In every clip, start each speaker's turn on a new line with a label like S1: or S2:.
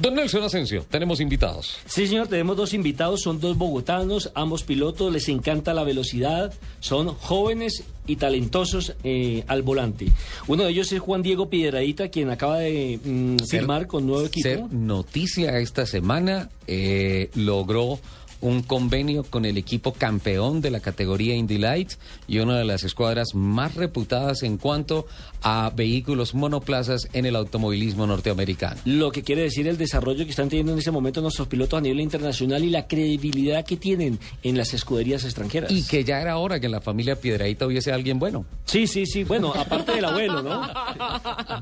S1: Don Nelson Asensio, tenemos invitados.
S2: Sí, señor, tenemos dos invitados, son dos bogotanos, ambos pilotos, les encanta la velocidad, son jóvenes y talentosos eh, al volante. Uno de ellos es Juan Diego Piedradita, quien acaba de mm,
S1: Ser-
S2: firmar con nuevo equipo.
S1: Ser noticia esta semana, eh, logró un convenio con el equipo campeón de la categoría Indy Lights y una de las escuadras más reputadas en cuanto a vehículos monoplazas en el automovilismo norteamericano.
S2: Lo que quiere decir el desarrollo que están teniendo en ese momento nuestros pilotos a nivel internacional y la credibilidad que tienen en las escuderías extranjeras.
S1: Y que ya era hora que en la familia Piedradita hubiese alguien bueno.
S2: Sí, sí, sí. Bueno, aparte del abuelo, ¿no?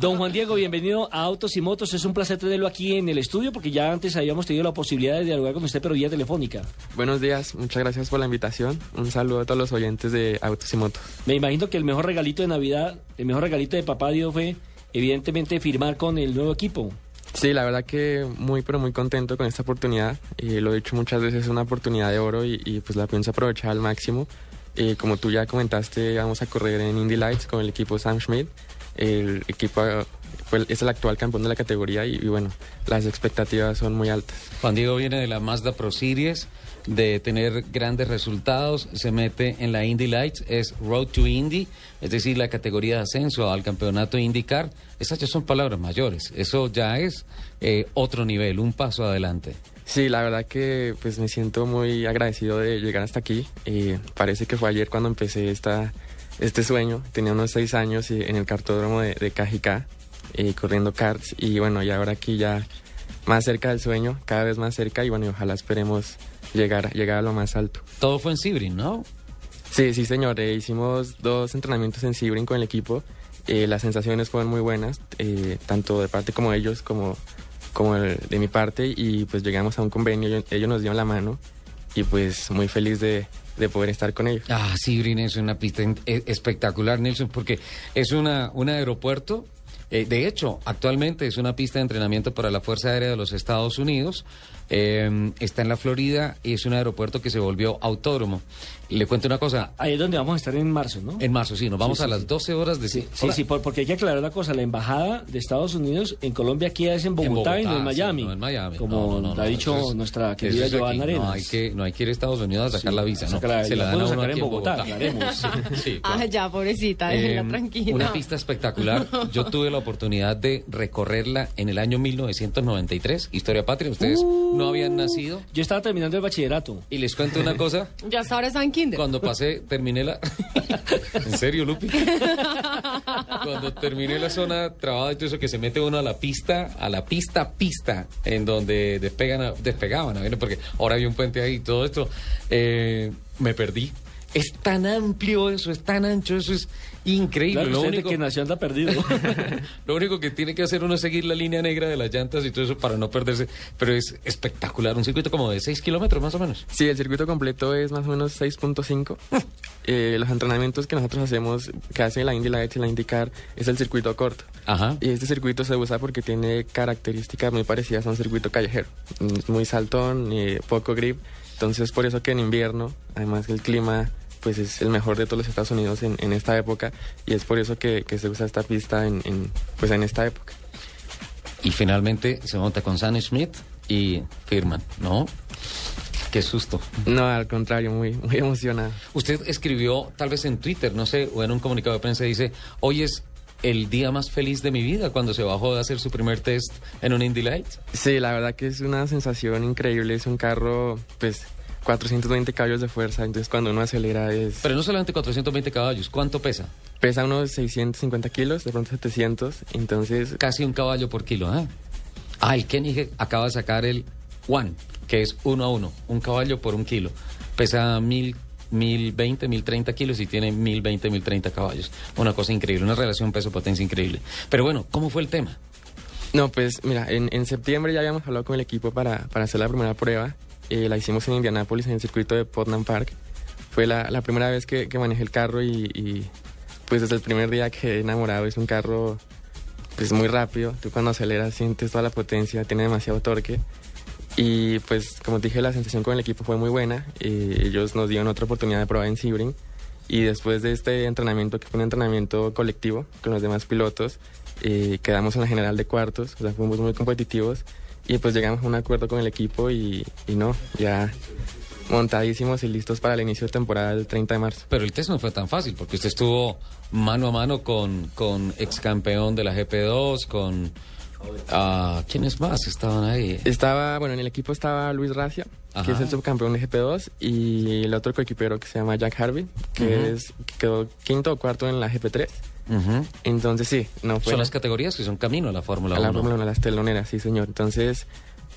S2: Don Juan Diego, bienvenido a Autos y Motos. Es un placer tenerlo aquí en el estudio porque ya antes habíamos tenido la posibilidad de dialogar con usted, pero vía telefónica.
S3: Buenos días, muchas gracias por la invitación. Un saludo a todos los oyentes de Autos y Motos.
S2: Me imagino que el mejor regalito de Navidad, el mejor regalito de papá Dios fue, evidentemente, firmar con el nuevo equipo.
S3: Sí, la verdad que muy, pero muy contento con esta oportunidad. Y lo he dicho muchas veces, es una oportunidad de oro y, y, pues la pienso aprovechar al máximo. Y como tú ya comentaste, vamos a correr en Indy Lights con el equipo Sam Schmidt. El equipo eh, fue- es el actual campeón de la categoría y, y bueno, las expectativas son muy altas.
S1: Juan Diego viene de la Mazda Pro Series, de tener grandes resultados, se mete en la Indy Lights, es Road to Indy, es decir, la categoría de ascenso al campeonato IndyCar. Esas ya son palabras mayores, eso ya es eh, otro nivel, un paso adelante.
S3: Sí, la verdad que pues me siento muy agradecido de llegar hasta aquí. Eh, parece que fue ayer cuando empecé esta, este sueño. Tenía unos seis años y- en el cartódromo de, de Cajicá, eh, corriendo karts. Y bueno, y ahora aquí ya más cerca del sueño, cada vez más cerca. Y bueno, y ojalá esperemos llegar, llegar a lo más alto.
S1: Todo fue en Sebring, ¿no?
S3: Sí, sí, señor. eh, hicimos dos entrenamientos en Sebring con el equipo. Eh, las sensaciones fueron muy buenas, eh, tanto de parte como de ellos, como, como el- de mi parte. Y pues llegamos a un convenio, ellos- ellos nos dieron la mano. Y pues muy feliz de, de poder estar con ellos.
S1: Ah, Sebring es una pista en- e- espectacular, Nelson, porque es una, un aeropuerto. eh, de hecho, actualmente es una pista de entrenamiento para la Fuerza Aérea de los Estados Unidos. eh, está en la Florida y es un aeropuerto que se volvió autódromo. Le cuento una cosa.
S2: Ahí es donde vamos a estar en marzo, ¿no?
S1: En marzo, sí, nos vamos
S2: sí,
S1: a las 12 horas de...
S2: Sí, sí,
S1: Ahora,
S2: sí, por- porque hay que aclarar una cosa, la embajada de Estados Unidos en Colombia aquí es en Bogotá,
S1: en
S2: y no
S1: Bogotá,
S2: en
S1: sí,
S2: Miami.
S1: no en Miami. No,
S2: Como
S1: no, no,
S2: lo ha
S1: no,
S2: dicho
S1: eso es-
S2: nuestra
S1: eso
S2: querida
S1: es aquí.
S2: Joana Arenas.
S1: No hay, que, no hay que ir a Estados Unidos a sacar
S2: Sí,
S1: la visa, ¿no?
S2: saca la-
S1: se la
S2: la
S1: dan a
S2: podemos
S1: uno
S2: sacar en
S1: aquí en Bogotá.
S2: Bogotá, aclaremos.
S1: Sí, claro.
S4: Ah, ya, pobrecita,
S1: Eh,
S4: déjela tranquila.
S1: Una pista espectacular. Yo tuve la oportunidad de recorrerla en el año 1993, Historia Patria. Ustedes no habían nacido.
S2: Yo estaba terminando el bachillerato.
S1: Y les cuento una cosa.
S4: Ya hasta ahora está en kinder.
S1: Cuando pasé, terminé la... ¿En serio, Lupi? Cuando terminé la zona trabada y todo eso, que se mete uno a la pista, a la pista, pista, en donde despegan a- despegaban, ¿no? porque ahora había un puente ahí y todo esto, eh, me perdí. Es tan amplio eso, es tan ancho eso, es increíble.
S2: claro,
S1: Lo
S2: usted de
S1: único-
S2: que nació anda perdido.
S1: Lo único que tiene que hacer uno es seguir la línea negra de las llantas y todo eso para no perderse. Pero es espectacular, un circuito como de 6 kilómetros más o menos.
S3: Sí, el circuito completo es más o menos 6.5. Eh, los entrenamientos que nosotros hacemos, que hace la Indy Lights y la IndyCar, es el circuito corto.
S1: Ajá.
S3: Y este circuito se usa porque tiene características muy parecidas a un circuito callejero. Mm, Muy saltón, eh, poco grip. Entonces por eso que en invierno, además que el clima pues es el mejor de todos los Estados Unidos en, en esta época y es por eso que, que se usa esta pista en, en, pues en esta época.
S1: Y finalmente se monta con Sam Smith y firman, ¿no? Qué susto.
S3: No, al contrario, muy, muy emocionado.
S1: Usted escribió, tal vez en Twitter, no sé, o en un comunicado de prensa, dice, hoy es el día más feliz de mi vida cuando se bajó de hacer su primer test en un Indy Light.
S3: Sí, la verdad que es una sensación increíble. Es un carro pues 420 caballos de fuerza, entonces cuando uno acelera es...
S1: Pero no solamente 420 caballos, ¿cuánto pesa?
S3: Pesa unos 650 kilos, de pronto 700, entonces
S1: casi un caballo por kilo. ¿eh? Ah, el Kenny acaba de sacar el One, que es uno a uno, un caballo por un kilo. Pesa mil, mil veinte, mil treinta kilos y tiene mil veinte, mil treinta caballos. Una cosa increíble, una relación peso-potencia increíble. Pero bueno, ¿cómo fue el tema?
S3: No, pues mira, en, en septiembre ya habíamos hablado con el equipo para, para hacer la primera prueba. Eh, la hicimos en Indianápolis, en el circuito de Putnam Park. Fue la, la primera vez que, que manejé el carro y, y, pues desde el primer día que he enamorado es un carro pues muy rápido. Tú cuando aceleras sientes toda la potencia, tiene demasiado torque. Y pues como te dije, la sensación con el equipo fue muy buena. Eh, ellos nos dieron otra oportunidad de probar en Sebring. Y después de este entrenamiento, que fue un entrenamiento colectivo con los demás pilotos, eh, quedamos en la general de cuartos, o sea, fuimos muy competitivos. Y pues llegamos a un acuerdo con el equipo y, y no, ya montadísimos y listos para el inicio de temporada el 30 de marzo.
S1: Pero el test no fue tan fácil, porque usted estuvo mano a mano con, con ex campeón de la GP2, con... ah, ¿Quiénes más estaban ahí?
S3: Estaba, bueno, en el equipo estaba Luis Racia,
S1: Ajá.
S3: que es el subcampeón de GP2, y el otro coequipero que se llama Jack Harvey, que
S1: Ujú.
S3: es que quedó quinto o cuarto en la GP3.
S1: Ujú.
S3: Entonces sí, no fue
S1: Son las categorías que son camino a la Fórmula
S3: a
S1: 1.
S3: la Fórmula 1, las teloneras, sí señor. Entonces,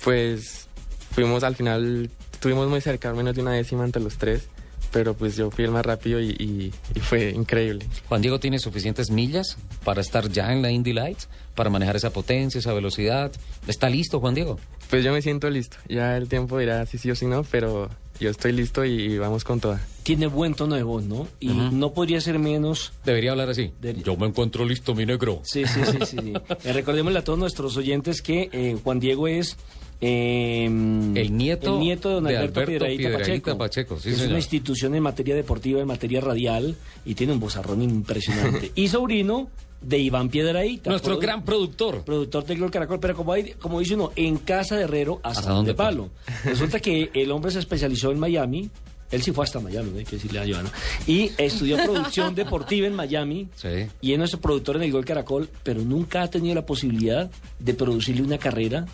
S3: pues fuimos al final, estuvimos muy cerca, menos de una décima entre los tres, pero pues yo fui el más rápido y, y- y fue increíble.
S1: Juan Diego tiene suficientes millas para estar ya en la Indy Lights, para manejar esa potencia, esa velocidad. ¿Está listo, Juan Diego?
S3: Pues yo me siento listo, ya el tiempo dirá si sí o si no, pero yo estoy listo y, y vamos con toda.
S2: Tiene buen tono de voz, ¿no? Y no podría ser menos
S1: Debería hablar así.
S2: Debería.
S1: Yo me encuentro listo, mi negro.
S2: Sí, sí, sí, sí. sí. Eh, Recordémosle a todos nuestros oyentes que eh, Juan Diego es... eh,
S1: El nieto
S2: el nieto de don
S1: de
S2: Alberto,
S1: Alberto
S2: Piedrahíta
S1: Piedrahíta
S2: Pacheco,
S1: Pacheco, sí,
S2: es
S1: señor.
S2: una institución en materia deportiva, en materia radial y tiene un bozarrón impresionante y sobrino de Iván Piedraíta
S1: Nuestro gran productor.
S2: productor de Gol Caracol, pero como, hay- como dice uno, en casa de Herrero hasta,
S1: Hasta donde
S2: donde palo. Resulta que el hombre se especializó en Miami, él sí fue hasta Miami, no hay que decirle a Joana, y estudió producción deportiva en Miami,
S1: Sí.
S2: y es nuestro productor en el Gol Caracol, pero nunca ha tenido la posibilidad de producirle una carrera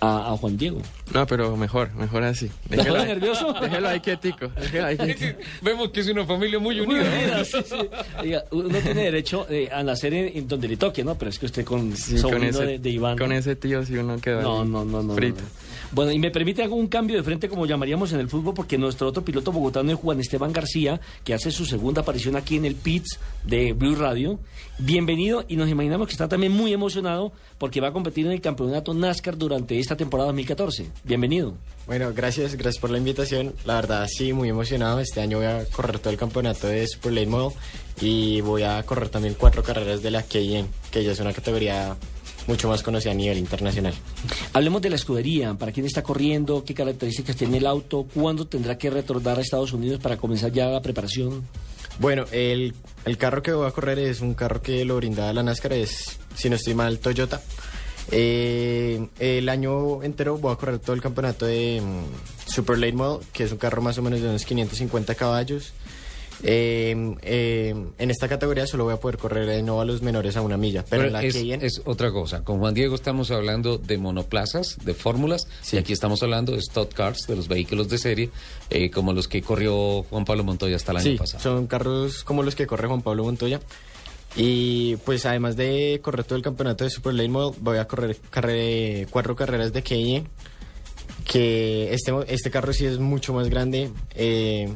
S2: a, a Juan Diego.
S3: No, pero mejor, mejor así.
S2: ¿Estás
S3: Déjelo ahí,
S2: nervioso?
S3: déjelo ahí quietico, déjelo ahí quietico.
S1: Vemos que es una familia muy unida.
S2: Muy unida, sí, sí. Oiga, Uno tiene derecho eh, a nacer en, en donde le toque, ¿no? Pero es que usted con
S3: Sí,
S2: sobrino de, de Iván.
S3: Con ese tío si uno quedó
S2: No,
S3: ahí
S2: no, no, no,
S3: frito.
S2: no. Bueno, y me permite hago un cambio de frente como llamaríamos en el fútbol porque nuestro otro piloto bogotano es Juan Esteban García, que hace su segunda aparición aquí en el Pits de Blue Radio. Bienvenido y nos imaginamos que está también muy emocionado porque va a competir en el campeonato NASCAR durante esta temporada 2014. Bienvenido.
S5: Bueno, gracias, gracias por la invitación. La verdad, sí, muy emocionado. Este año voy a correr todo el campeonato de Super Late Model y voy a correr también cuatro carreras de la KN, que ya es una categoría mucho más conocida a nivel internacional.
S2: Hablemos de la escudería, para quién está corriendo, qué características tiene el auto, cuándo tendrá que retornar a Estados Unidos para comenzar ya la preparación.
S5: Bueno, el, el carro que voy a correr es un carro que lo brinda la NASCAR, es, si no estoy mal, Toyota. Eh, el año entero voy a correr todo el campeonato de mm, Super Late Model, que es un carro más o menos de unos 550 caballos. Eh, eh, en esta categoría solo voy a poder correr en óvalos menores a una milla, pero, en la
S1: es,
S5: que
S1: es otra cosa. Con Juan Diego estamos hablando de monoplazas, de fórmulas,
S5: Sí.
S1: y aquí estamos hablando de stock cars, de los vehículos de serie, eh, como los que corrió Juan Pablo Montoya hasta el año
S5: sí,
S1: pasado.
S5: son carros como los que corre Juan Pablo Montoya. Y pues además de correr todo el campeonato de Super Late Model, voy a correr carre- cuatro carreras de KN. Que este, mo- este carro sí es mucho más grande. eh,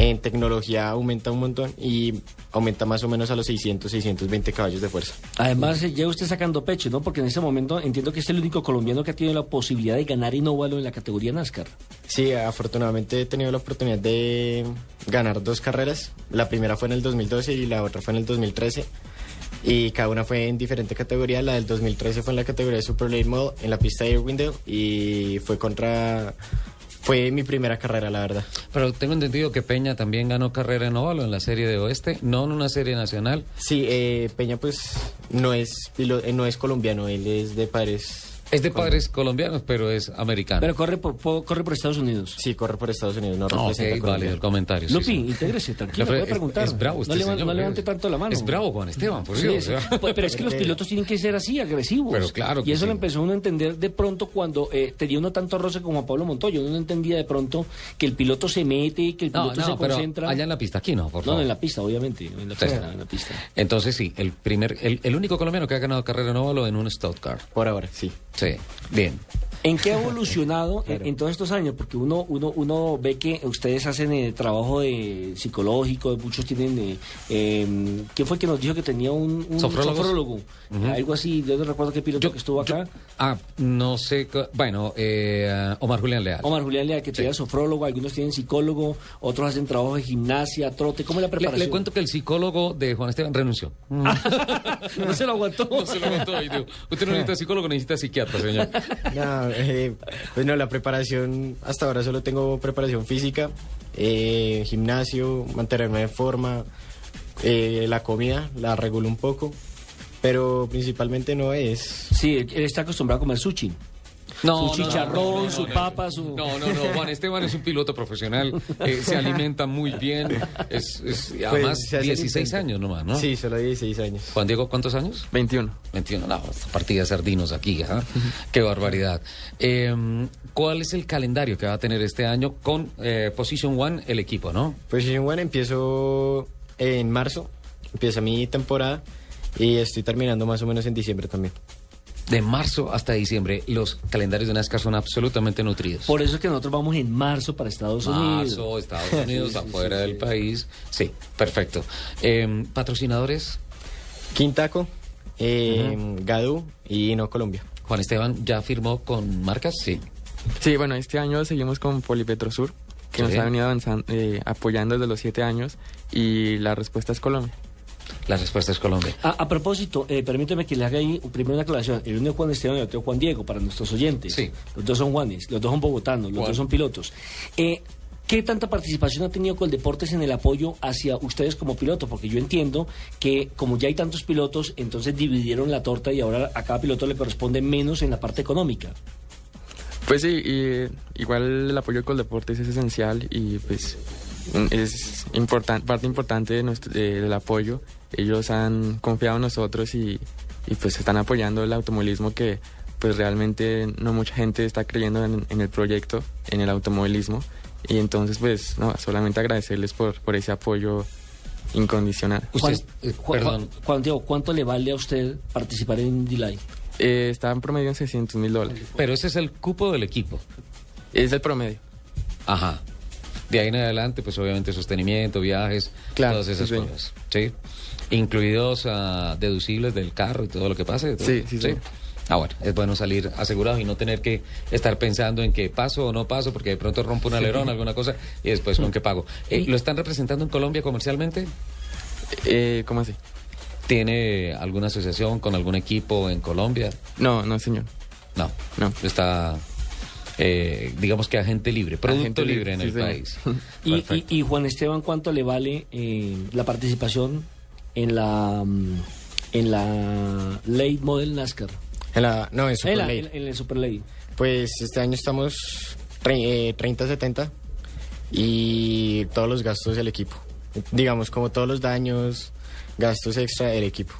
S5: en tecnología aumenta un montón y aumenta más o menos a los 600, 620 caballos de fuerza.
S2: Además, eh, lleva usted sacando pecho, ¿no? Porque en este momento entiendo que es el único colombiano que ha tenido la posibilidad de ganar en óvalo en la categoría NASCAR.
S5: Sí, afortunadamente he tenido la oportunidad de ganar dos carreras. La primera fue en el 2012 y la otra fue en el 2013. Y cada una fue en diferente categoría. La del 2013 fue en la categoría de Super Late Model en la pista de Irwindale y fue contra... Fue mi primera carrera, la verdad.
S1: Pero tengo entendido que Peña también ganó carrera en óvalo en la serie de Oeste, no en una serie nacional.
S5: Sí, eh, Peña pues no es, pilo- eh, no es colombiano, él es de padres.
S1: Es de padres colombianos, pero es americano.
S2: Pero corre por, po- corre por Estados Unidos.
S5: Sí, corre por Estados Unidos, no
S1: Ah, ok,
S5: representa a
S1: vale,
S5: Colombia.
S1: el comentario. sí,
S2: Lupi,
S1: sí.
S2: intégrese,
S1: Pero
S2: tranquilo, puede
S1: es-
S2: preguntar.
S1: Es, bravo
S2: No
S1: usted,
S2: levan-
S1: señor.
S2: no levante tanto la mano.
S1: Es bravo, Juan Esteban, por
S2: Sí,
S1: Dios.
S2: sí.
S1: o sea.
S2: Pues, pero es que los pilotos tienen que ser así, agresivos.
S1: Pero claro que
S2: Y eso
S1: sí.
S2: lo empezó uno a entender de pronto cuando eh, tenía uno tanto roce como a Pablo Montoya. Uno no entendía de pronto que el piloto se mete, que el
S1: No,
S2: piloto se
S1: no, pero
S2: concentra.
S1: allá en la pista, aquí no, por
S2: no, no,
S1: favor.
S2: en la pista, obviamente. En la
S1: Sí.
S2: pista, en la pista.
S1: Entonces sí, el primer, el, el único colombiano que ha ganado carrera en óvalo en un stock car.
S5: Por ahora, sí.
S1: Sí, bien.
S2: ¿En qué ha evolucionado en- en, todos estos años? Porque uno, uno, uno ve que ustedes hacen eh, trabajo de psicológico, muchos tienen... eh, eh, ¿Quién fue que nos dijo que tenía un, un
S1: ¿Sofrólogos?
S2: sofrólogo? Algo así, yo no recuerdo qué piloto que estuvo acá.
S1: Ah, no sé. co- Bueno, eh, Omar Julián Leal.
S2: Omar Julián Lea, que tenía sofrólogo, algunos tienen psicólogo, otros hacen trabajo de gimnasia, trote, ¿cómo es la
S1: le,
S2: preparación?
S1: le cuento que el psicólogo de Juan Esteban renunció.
S2: no se lo aguantó.
S1: No se lo contó, y digo, Usted no necesita psicólogo, necesita psiquiatra, señor.
S5: No, eh, pues no, la preparación, hasta ahora solo tengo preparación física, eh, gimnasio, mantenerme en forma, eh, la comida, la regulo un poco, pero principalmente no es...
S2: Sí, él está acostumbrado a comer sushi. su chicharrón, su papa, su...
S1: No, no, no. Juan Esteban es un piloto profesional. eh, se alimenta muy bien. Es, es- y además,
S5: Pues, se hace el
S1: 16
S5: intento.
S1: años nomás, ¿no?
S5: Sí, solo 16 años.
S1: Juan Diego, ¿cuántos años?
S3: 21.
S1: 21, no, esta partida de sardinos aquí, ¿ah? qué barbaridad. Eh, ¿Cuál es el calendario que va a tener este año con eh, Position One, el equipo, no?
S5: Pues sí, bueno, empiezo en marzo, empieza mi temporada y estoy terminando más o menos en diciembre también.
S1: De marzo hasta diciembre, los calendarios de NASCAR son absolutamente nutridos.
S2: Por eso es que nosotros vamos en marzo para Estados Unidos.
S1: marzo, Estados Unidos, afuera del país. Sí, perfecto. Eh, ¿Patrocinadores?
S5: Quintaco, eh, Gadú y No Colombia.
S1: Juan Esteban ya firmó con marcas, sí.
S3: Sí, bueno, este año seguimos con Polipetrosur, que nos
S1: Sí.
S3: ha venido avanzando, eh, apoyando desde los 7 años y la respuesta es Colombia.
S1: La respuesta es Colombia.
S2: A, a propósito, eh, permíteme que le haga ahí primero una aclaración. El uno es Juan Esteban y el otro es Juan Diego, para nuestros oyentes.
S1: Sí.
S2: Los dos son Juanes, los dos son bogotanos, los
S1: Juan.
S2: dos son pilotos. Eh, ¿Qué tanta participación ha tenido con Deportes en el apoyo hacia ustedes como pilotos? Porque yo entiendo que como ya hay tantos pilotos, entonces dividieron la torta y ahora a cada piloto le corresponde menos en la parte económica.
S3: Pues sí, y, eh, igual el apoyo con deportes es esencial y pues mm, es importan- parte importante de nuestro- de- del apoyo. Ellos han confiado en nosotros y, y, pues están apoyando el automovilismo que pues realmente no mucha gente está creyendo en, en el proyecto, en el automovilismo. Y entonces pues no, solamente agradecerles por, por ese apoyo incondicional.
S1: Usted-
S2: Juan-
S1: eh,
S2: Ju- Juan-
S1: perdón.
S2: Juan Diego, ¿cuánto le vale a usted participar en Delay?
S3: Eh, está en promedio en 600 mil dólares.
S1: Pero ese es el cupo del equipo.
S3: Es el promedio.
S1: Ajá. De ahí en adelante, pues obviamente sostenimiento, viajes,
S3: Claro,
S1: todas esas
S3: sí, señor.
S1: cosas. ¿Sí? Incluidos ah, deducibles del carro y todo lo que pase. todo.
S3: Sí, sí, señor.
S1: Ah, bueno, es bueno salir asegurado y no tener que estar pensando en que paso o no paso, porque de pronto rompo un alerón, alguna cosa, y después con qué pago. Eh, ¿Lo están representando en Colombia comercialmente?
S3: Eh, ¿Cómo así?
S1: ¿Tiene alguna asociación con algún equipo en Colombia?
S3: No, no señor.
S1: No.
S3: No.
S1: Está, eh, digamos que agente libre, producto
S3: Agente
S1: libre
S3: libre,
S1: en
S3: sí,
S1: el
S3: señor.
S1: país.
S2: Y, y-
S1: Perfecto.
S2: y Juan Esteban, ¿cuánto le vale eh, la participación en la mm, en la ley model NASCAR?
S5: En la, no, en
S2: en,
S5: Super
S2: la-
S5: Ley.
S2: en- en el Super Ley.
S5: Pues este año estamos tre- eh, 30-70 y todos los gastos del equipo. Digamos, como todos los daños, gastos extra del equipo.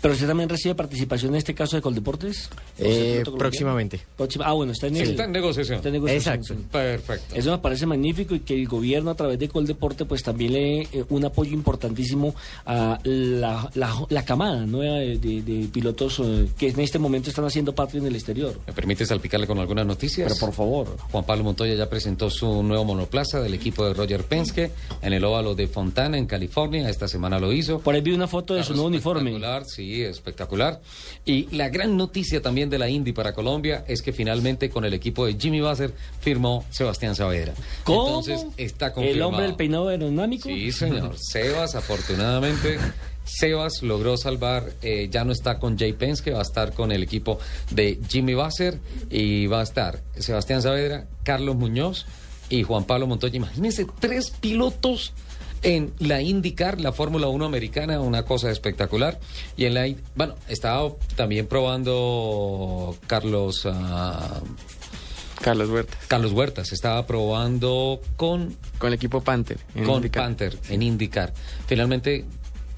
S2: Pero usted también recibe participación en este caso de Coldeportes. ¿O sea,
S5: Eh,
S2: piloto colombiano?
S5: próximamente.
S2: Próxima- ah, bueno, está en, el-
S1: Está en negociación.
S2: está en negociación,
S5: Exacto.
S2: sí.
S1: Perfecto.
S2: Eso me parece magnífico y que el gobierno a través de Coldeporte pues también le dé eh, un apoyo importantísimo a la, la- la camada nueva de, de- de pilotos eh, que en este momento están haciendo patria en el exterior.
S1: ¿Me permite salpicarle con algunas noticias?
S2: Pero por favor.
S1: Juan Pablo Montoya ya presentó su nuevo monoplaza del equipo de Roger Penske en el óvalo de Fontana, en California. Esta semana lo hizo.
S2: Por ahí vi una foto de su nuevo uniforme.
S1: Espectacular, sí, espectacular. Y la gran noticia también de la Indy para Colombia es que finalmente con el equipo de Jimmy Basser firmó Sebastián Saavedra.
S2: ¿Cómo?
S1: Entonces está confirmado.
S2: ¿El hombre del peinado aerodinámico?
S1: Sí, señor. Sebas, afortunadamente, Sebas logró salvar. eh, ya no está con Jay Penske, va a estar con el equipo de Jimmy Basser y va a estar Sebastián Saavedra, Carlos Muñoz y Juan Pablo Montoya. Imagínense, tres pilotos en la IndyCar, la Fórmula 1 americana, una cosa espectacular. Y en la. in- Bueno, estaba también probando Carlos. ah,
S3: Carlos Huerta.
S1: Carlos Huertas estaba probando con
S3: Con el equipo Panther. en
S1: con
S3: IndyCar.
S1: Panther en indicar. Finalmente,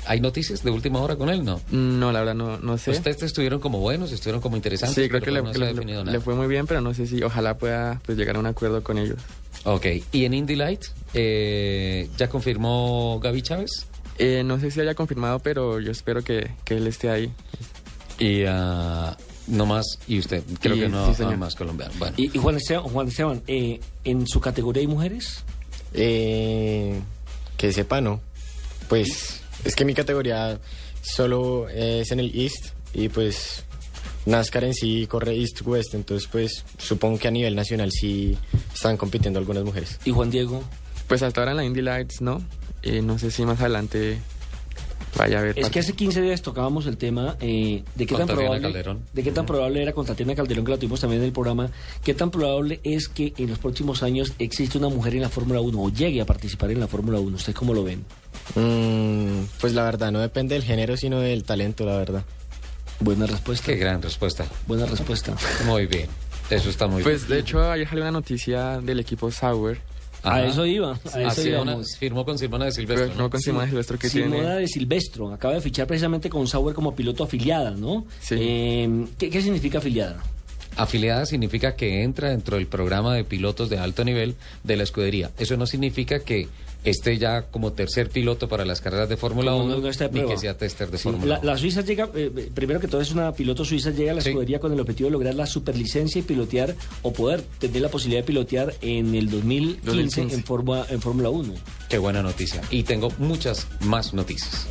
S1: ¿hay noticias de última hora con él? No.
S3: No, la verdad no, no sé.
S1: Los testes estuvieron como buenos, estuvieron como interesantes.
S3: sí, creo
S1: pero
S3: que le,
S1: no se
S3: que
S1: ha
S3: le-
S1: definido
S3: le
S1: nada.
S3: fue muy bien, pero no sé si ojalá pueda pues, llegar a un acuerdo con ellos.
S1: Ok, y en Indy Light, eh, ¿ya confirmó Gaby Chávez?
S3: Eh, no sé si haya confirmado, pero yo espero que, que él esté ahí.
S1: Y ah, no más, y usted, creo
S3: Y-
S1: que no
S3: sí,
S1: ah,
S3: señor.
S1: más colombiano. Bueno,
S2: Y, y Juan Esteban, Juan Esteban, eh, ¿en su categoría hay mujeres?
S5: Eh, que sepa, ¿no? Pues es que mi categoría solo es en el East y pues NASCAR en sí corre East-West, entonces pues supongo que a nivel nacional sí están compitiendo algunas mujeres.
S2: ¿Y Juan Diego?
S3: Pues hasta ahora en la Indy Lights, ¿no? Eh, no sé si más adelante vaya a haber...
S2: Es que
S3: parte-
S2: hace 15 días tocábamos el tema eh, de, qué
S1: Con
S2: tan
S1: Tatiana
S2: probable,
S1: Calderón.
S2: de qué tan probable era con Tatiana Calderón, que la tuvimos también en el programa, qué tan probable es que en los próximos años existe una mujer en la Fórmula 1 o llegue a participar en la Fórmula 1. ¿Ustedes cómo lo ven?
S5: Mm, pues la verdad, no depende del género, sino del talento, la verdad.
S2: Buena respuesta.
S1: qué gran respuesta.
S2: Buena respuesta.
S1: Muy bien. Eso está muy
S3: Pues
S1: bien.
S3: de hecho ayer salió una noticia del equipo Sauer,
S1: Ajá.
S2: A eso iba, a
S1: Ah,
S2: eso
S1: sí, una-
S2: íbamos.
S1: firmó con Silvana de Silvestre.
S3: pero no con Simón Silvestre que tiene...
S2: Simona de Silvestro, acaba de fichar precisamente con Sauer como piloto afiliada, ¿no?
S3: Sí.
S2: Eh, ¿qué, qué significa afiliada?
S1: Afiliada significa que entra dentro del programa de pilotos de alto nivel de la escudería. Eso no significa que esté ya como tercer piloto para las carreras de Fórmula
S2: Como
S1: 1
S2: una lista de
S1: ni
S2: prueba.
S1: que sea tester de
S2: Sí,
S1: Fórmula
S2: la,
S1: 1.
S2: la Suiza llega, eh, eh, primero que todo es una piloto suiza, llega a la
S1: Sí.
S2: escudería con el objetivo de lograr la superlicencia y pilotear o poder tener la posibilidad de pilotear en el 2015,
S3: 2015.
S2: en forma en Fórmula 1.
S1: Qué buena noticia. Y tengo muchas más noticias.